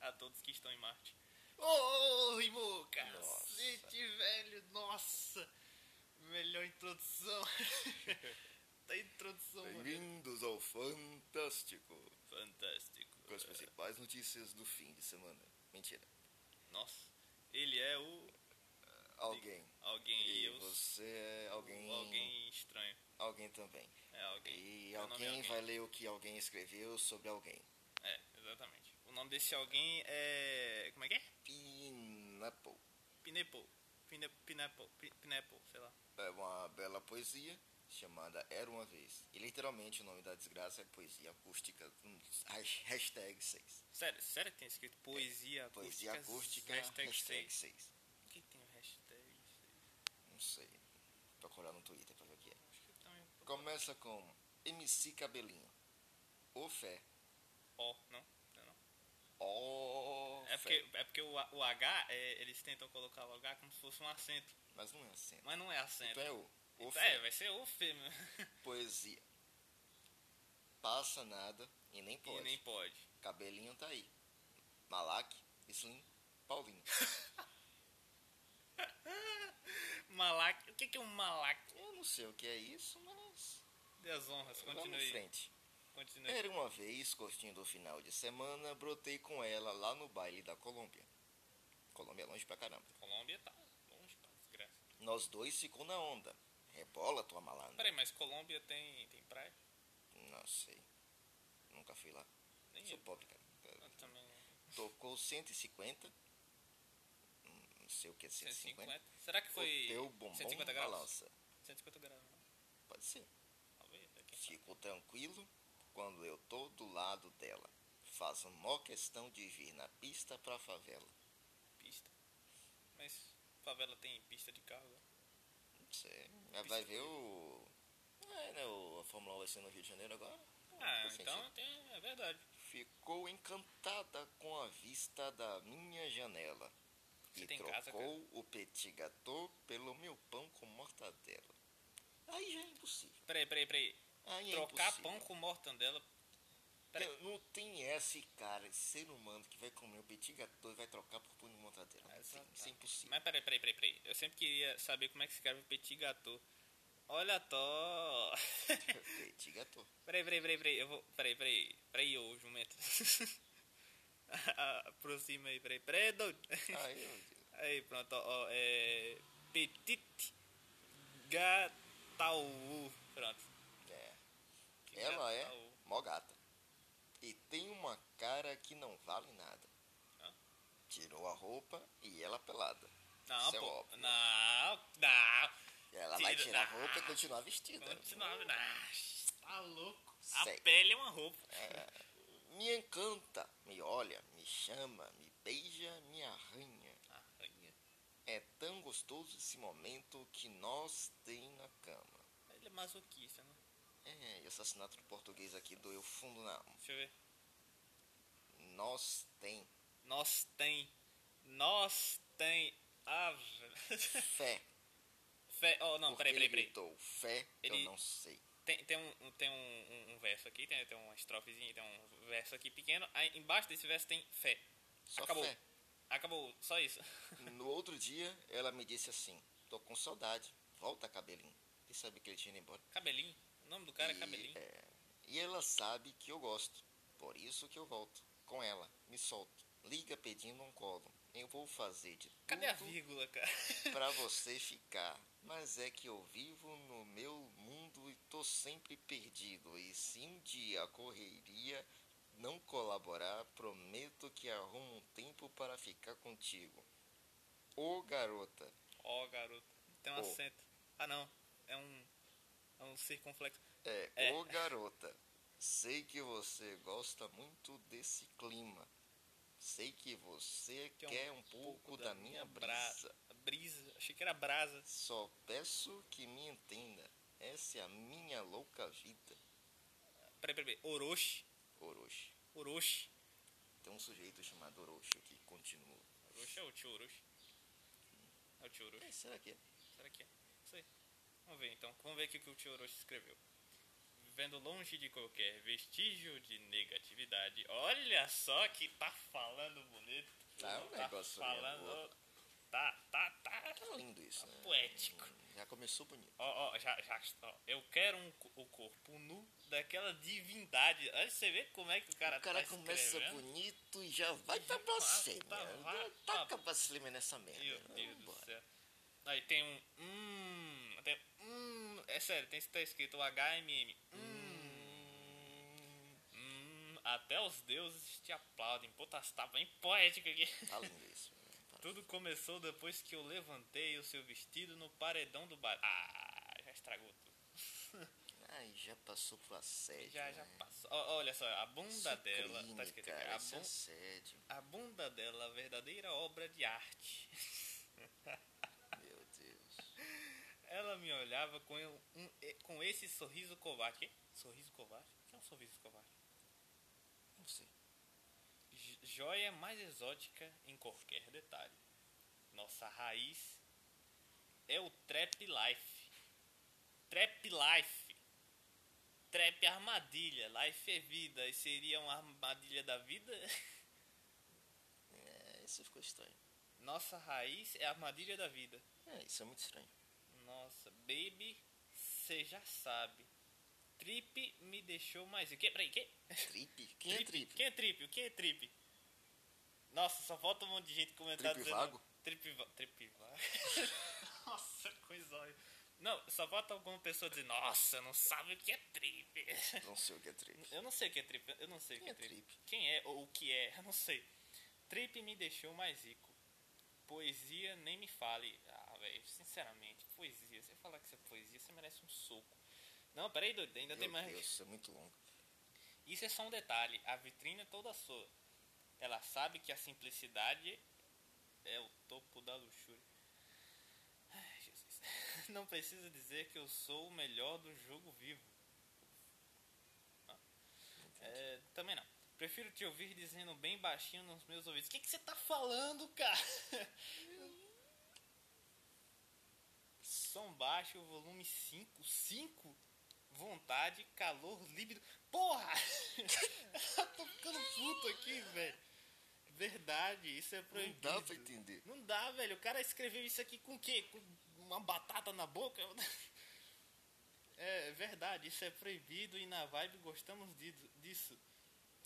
a todos que estão em Marte. Ô, oh, Rimucas! Nossa. Gente, velho, nossa! Melhor introdução. da introdução, mano. Bem-vindos ao Fantástico, Fantástico. com as principais notícias do fim de semana. Mentira, Nossa, ele é o alguém. alguém e E eu sou você é alguém, alguém estranho. alguém também. É alguém. E Meu nome é alguém, vai ler o que alguém escreveu sobre alguém. É, exatamente. O nome desse alguém é. Como é que é? Pineapple. Pinepo. Pine, pinepo. Pi- Pinepo, sei lá. É uma bela poesia chamada Era Uma Vez. E literalmente o nome da desgraça é Poesia Acústica hum, hash- hashtag 6. Sério, sério que tem escrito poesia acústica? Poesia Acústica hashtag, hashtag, seis. 6. Por que tem o hashtag? seis? Não sei. Vou Procurar no Twitter pra ver o que é. Acho que também. Começa com MC Cabelinho. O Fé. Ó, não? Não, não. O É Fé. porque, é porque o, A- o H, é, eles tentam colocar o H como se fosse um acento. Mas não é assim. Mas não é acento. Então é o. O Então é, Fé. vai ser o Fê, meu. Poesia. Passa nada e nem pode. E nem pode. Cabelinho tá aí. Malak, Slim, Paulinho. Malac. O que que é um malac? Eu não sei o que é isso, mas. Das honras, Vamos em continue. frente. Continue. Era uma vez, curtindo o final de semana, brotei com ela lá no baile da Colômbia. Colômbia é longe pra caramba. Colômbia tá longe pra desgraça. Nós dois ficou na onda. Rebola, tua malandra. Peraí, mas Colômbia tem, tem praia? Não sei. Nunca fui lá. Nem Sou eu. pobre, cara. Eu também. Tocou 150. Hum, Não sei o que é 150. 150. Será que foi O teu bombom 150 graus? balança. 150 graus, não. Pode ser. Talvez. é quem sabe. Fico tranquilo quando eu tô do lado dela. Faço mó questão de vir na pista pra favela. Pista. Mas favela tem pista de carro. né? Não sei. Mas vai ver o. É, né? o- A Fórmula 1 vai ser no Rio de Janeiro agora. Ah, Faz sentido. então tem, é verdade. Ficou encantada com a vista da minha janela. Você e tem trocou casa, cara? o petit gâteau pelo meu pão com mortadela. Aí já é impossível. Peraí, peraí, peraí. Aí é Trocar impossível. pão com mortandela. peraí. Não- Não tem essa, cara, esse ser humano que vai comer o petit gâteau e vai trocar por pão de mortadela. Ah, Não tem, tá. isso é impossível. Mas peraí, peraí, peraí, peraí. Eu sempre queria saber como é que se escreve petit gâteau. Olha tó. petit gâteau. Peraí, peraí, peraí, peraí, eu vou. Peraí, peraí, peraí, ô jumento. Ah, Aproxima aí, peraí, peraí, doido. Aí, meu Deus. Aí, pronto, ó, ó, é. Petit Gataú. Pronto. É. Que Ela é gataú. mó gata. E tem uma cara que não vale nada. Hã? Tirou a roupa e ela pelada. Não, Isso é pô. óbvio. não, não. Ela vai Tira- tirar a Ah. roupa e continuar vestida. Continua, não. Tá louco. A Sei. pele é uma roupa. Me encanta, me olha, me chama, me beija, me arranha. Arranha. É tão gostoso esse momento que nós tem na cama. Ele é masoquista, né? É, e o assassinato do português aqui doeu fundo na alma. Deixa eu ver. Nós tem Nós tem. Nós tem. Ave. fé. Fé. Oh, não, porque peraí, peraí, ele peraí. gritou fé, Ele- eu não sei. Tem, tem, um, um- tem um, um- um verso aqui, tem, tem uma estrofezinha, tem um verso aqui pequeno. Aí embaixo desse verso tem fé. Só Acabou. fé. Acabou, só isso. No outro dia, ela me disse assim, tô com saudade, volta cabelinho. E sabe que ele tinha ido embora. Cabelinho. O nome do cara e, é Cabelinho. é, e ela sabe que eu gosto. Por isso que eu volto. Com ela, me solto. Liga pedindo um colo. Eu vou fazer de Cadê a tudo vírgula, cara? pra você ficar. Mas é que eu vivo no meu mundo e tô sempre perdido. E se um dia a correria não colaborar, prometo que arrumo um tempo para ficar contigo. Ô garota, Ó, garoto. Tem um Ô. acento. Ah, não. É um. É um circunflexo. É, É. ô garota, sei que você gosta muito desse clima. Sei que você Que é um quer um pouco da, minha brasa. bra- Brisa. Achei que era brasa. Só peço que me entenda. Essa é a minha louca vida, Peraí, peraí, peraí. Orochi. Orochi. Orochi. Tem um sujeito chamado Orochi que continua. Orochi é o tio Orochi. É o tio Orochi. É, será que é? Será que é? Não sei. Vamos ver então. Vamos ver aqui o que o tio Orochi escreveu. vendo longe de qualquer vestígio de negatividade. Olha só que tá falando bonito. Tá um negócio meio falando. louco. Tá, tá, tá. Tá lindo isso, né? Poético. Já começou bonito. Ó, ó, já, já, ó, eu quero um co- o corpo nu daquela divindade. Olha, você vê como é que o cara O cara tá começa escrevendo? bonito e já vai pra né? Vai, blasfêmia. tá, vai, tá. Taca blasfêmia nessa merda. Meu Deus do Vambora. céu. Aí tem um. Hum. Tem, hum. É sério, tem tá escrito HMM. Hum. Hum. Até os deuses te aplaudem. Pô, tá, tá bem poético aqui. Tá lindo isso. né? Tá Tudo começou depois que eu levantei o seu vestido no paredão do bar. Ah, já estragou tudo. Ai, já passou pro assédio. Já, já né? passou. Ó, olha só, a bunda Isso é dela. crime, Tá escrito aqui. cara, A, isso é bun- assédio. a bunda dela, verdadeira obra de arte. Meu Deus. Ela me olhava com, eu- um- e- com esse sorriso covarde. Quê? Sorriso covarde? O que é um sorriso covarde? Não sei. J- joia mais exótica em qualquer detalhe. Nossa raiz é o Trap Life. Trap Life. Trap armadilha. Life é vida. E seria uma armadilha da vida? É, isso ficou estranho. Nossa raiz é a armadilha da vida. É, isso é muito estranho. Nossa, baby, você já sabe. Trip me deixou mais. O que? Peraí, que? Trip? Quem é trip? Quem é trip? O que é trip? Nossa, só falta um monte de gente comentar Trip vago? Trip, va- trip vago. nossa, coisa horrível. Não, só falta alguma pessoa dizer, nossa, não sabe o que é trip. Não sei o que é trip. Eu não sei o que é trip, eu não sei o Quem que é é trip. trip? Quem é ou o que é, eu não sei. Trip me deixou mais rico. Poesia nem me fale. Ah, velho, sinceramente, poesia. Você falar que isso é poesia, você merece um soco. Não, peraí, doido, ainda tem Meu mais. Deus, isso é muito longo. Isso é só um detalhe, a vitrine é toda sua. Ela sabe que a simplicidade é o topo da luxúria. Ai, Jesus. Não preciso dizer que eu sou o melhor do jogo vivo. Ah. É, também não. Prefiro te ouvir dizendo bem baixinho nos meus ouvidos. O que, que você tá falando, cara? Som baixo, volume 5. 5? Vontade, calor, líbido. Porra! Eu tô ficando puto aqui, velho. Verdade, isso é Não proibido. dá pra entender. Não dá, velho. O cara escreveu isso aqui com o quê? Com uma batata na boca? É verdade, isso é proibido e na vibe gostamos di- disso.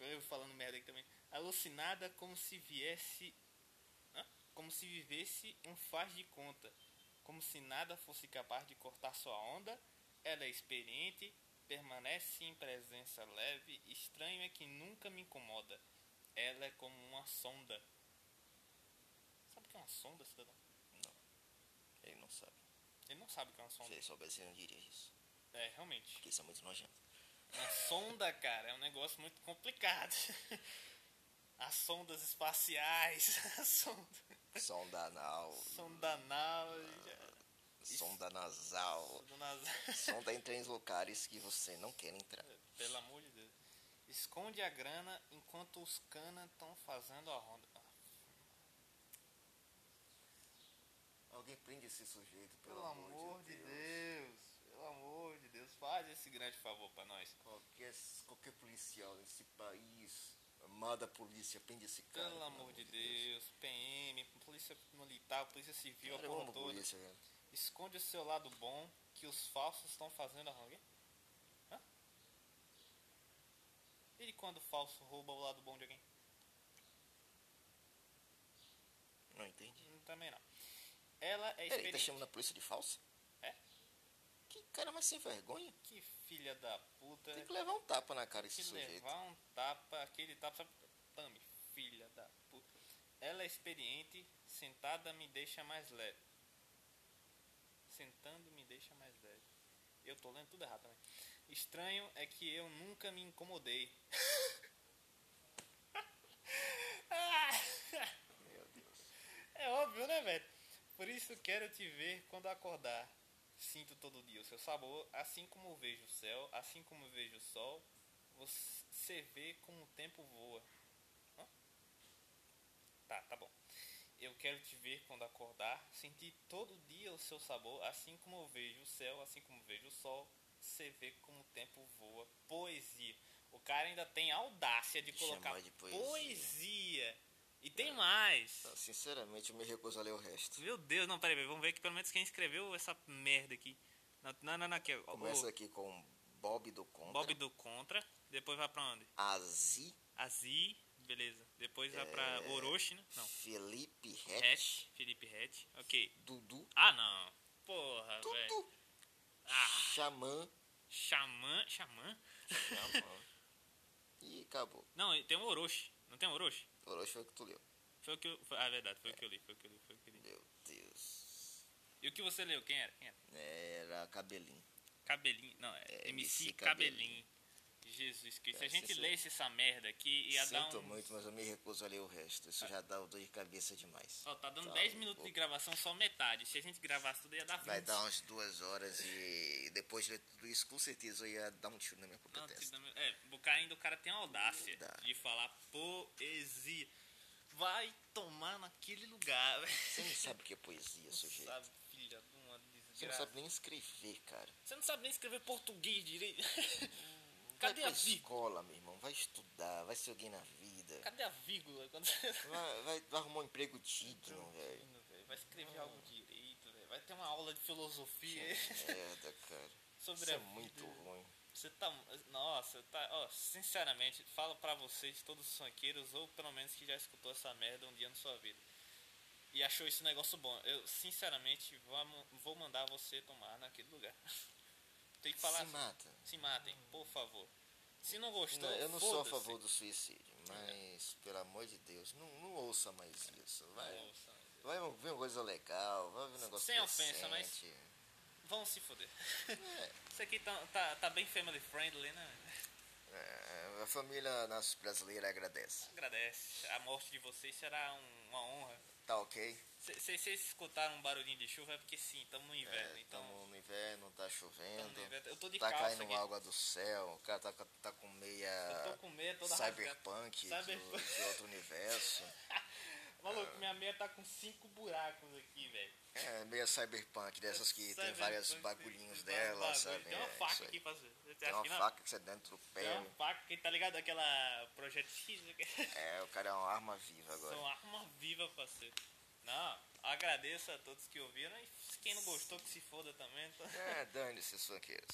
Eu falando merda aqui também. Alucinada como se viesse. Hã? Como se vivesse um faz de conta. Como se nada fosse capaz de cortar sua onda. Ela é experiente, permanece em presença leve. Estranho é que nunca me incomoda. Ela é como uma sonda. Sabe o que é uma sonda, cidadão? Ele não sabe. Ele não sabe o que é uma Se sonda. ele soubesse, ele não diria isso. É, realmente. Porque isso é muito nojento. Uma sonda, cara, é um negócio muito complicado. As sondas espaciais, a sonda, Sonda anal. sonda anal, Isso. Sonda nasal. sonda nas... Sonda entra em locais que você não quer entrar. Pelo amor de Deus. Esconde a grana enquanto os cana estão fazendo a ronda. Ah, Alguém prende esse sujeito, Pelo amor de Deus, pelo amor de Deus, faz esse grande favor pra nós. Qualquer, qualquer policial nesse país, amada polícia, prende esse cara. Pelo amor de Deus, PM, polícia militar, polícia civil, Cara, a eu porra amo toda. polícia, velho. Esconde o seu lado bom que os falsos estão fazendo a ronda. Hã? E quando o falso rouba o lado bom de alguém? Não entendi. Hum, Também não. Ela é Peraí, tá experiente. chamando a polícia de falsa? É? Que cara mais sem vergonha. Que filha da puta. Tem que levar um tapa na cara esse É. que sujeito. levar um tapa, aquele tapa, sabe? Tame, filha da puta. Ela é experiente, sentada me deixa mais leve. Sentando me deixa mais leve. Eu tô lendo tudo errado também. Estranho é que eu nunca me incomodei. Ah! Meu Deus. É óbvio, né, velho? Por isso quero te ver quando acordar. Sinto todo dia o seu sabor, assim como vejo o céu, assim como vejo o sol. Você vê como o tempo voa. Hã? Tá, tá bom. Eu quero te ver quando acordar, sentir todo dia o seu sabor, assim como eu vejo o céu, assim como vejo o sol. você vê como o tempo voa. Poesia. O cara ainda tem audácia de De colocar chamar de poesia. poesia. E tem mais. Ah, Sinceramente, eu me recuso a ler o resto. Meu Deus, não, peraí, vamos ver que pelo menos quem escreveu essa merda aqui. Não, não, não, não aqui. ó, Começa o aqui com Bob do Contra. Bob do Contra, depois vai pra onde? Azi, Azi, beleza. Depois vai pra É. Orochi, né? Não. Felipe Hatch, Hatch, Felipe Hatch, ok. Dudu, Ah, não. Porra, velho. Dudu, Ah, Xamã. Xamã, Xamã? Xamã. e acabou. Não, e tem um Orochi. Não tem um Orochi? Hoje foi o que tu leu. Foi o que eu... Foi, ah, é verdade, foi o que eu li, foi o que eu li, foi o que eu li. Meu Deus. E o que você leu? Quem era? Quem era? Era cabelinho. Cabelinho, não, é, É, MC MC Cabelinho. Jesus Cristo, se a Cara, gente isso- lesse essa merda aqui, ia dar Sinto um... Ah. muito, mas eu me recuso a ler o resto. Isso já dá dor de cabeça demais. Ó, tá dando Tá, 10 um minutos de pouco. gravação, só metade. Se a gente gravasse tudo, ia dar 20. Vai dar umas duas horas e depois de ler tudo isso, com certeza eu ia dar um tiro na minha própria Não, te testa. dá- É, o cara ainda o cara tem a audácia Dá. de falar poesia. Vai tomar naquele lugar, Você velho. não sabe o que é poesia, sujeito. Sabe, filha de uma Você não desgraça. sabe nem escrever, cara. Você não sabe nem escrever português direito. Vai Cadê a pra vírgula? escola, meu irmão. Vai estudar, vai ser alguém na vida. Cadê a vírgula? Quando você- tá Vai, vai- vai arrumar um emprego digno, velho. Vai escrever algo direito, velho. Vai ter uma aula de filosofia Merda, cara. sobre Isso a é vida. muito ruim. Você tá. Nossa, tá. Ó, sinceramente, falo pra vocês, todos os sonqueiros, ou pelo menos que já escutou essa merda um dia na sua vida. E achou esse negócio bom. Eu, sinceramente, vou, am- vou mandar você tomar naquele lugar. Tem que falar Se assim, mata. Se matem, por favor. Se não gostou, Não, eu não sou a foda-se. É. favor do suicídio, mas pelo amor de Deus, não, não ouça mais isso. Vai, Ouça, mas- vai ver uma coisa legal, vai ver um negócio Sem ofensa, mas- decente. Vão se foder. É, Isso aqui tá, tá, tá bem family friendly, né? é, a família nossa brasileira agradece. Agradece. A morte de vocês será um- uma honra. Tá ok? Se se- se vocês escutaram um barulhinho de chuva é porque sim, estamos no inverno, É, então. tamo no inverno, tá tamo chovendo, no inverno. Eu tô de tá calça caindo ah, aqui. água do céu, o cara tá, tá com Eu tô meia com medo, toda rasgada. cyberpunk, Cyberpunk. Do, de outro universo. ah. Maluco, minha meia tá com cinco buracos aqui, velho. É, meia cyberpunk, dessas que tem Cyberpunk, vários tem- bagulhinhos tem vários dela, bagulhos. sabe? Tem uma É, isso faca aí. aqui pra você. Você Tem acha uma que não? faca que você dentro do Tem pé. uma faca, que tá ligado? Aquela Projeto X. né? É, o cara é uma arma viva agora. São arma viva, parceiro. Não, agradeço a todos que ouviram e quem não gostou que se foda também. Então... É, dane-se, suanqueiros.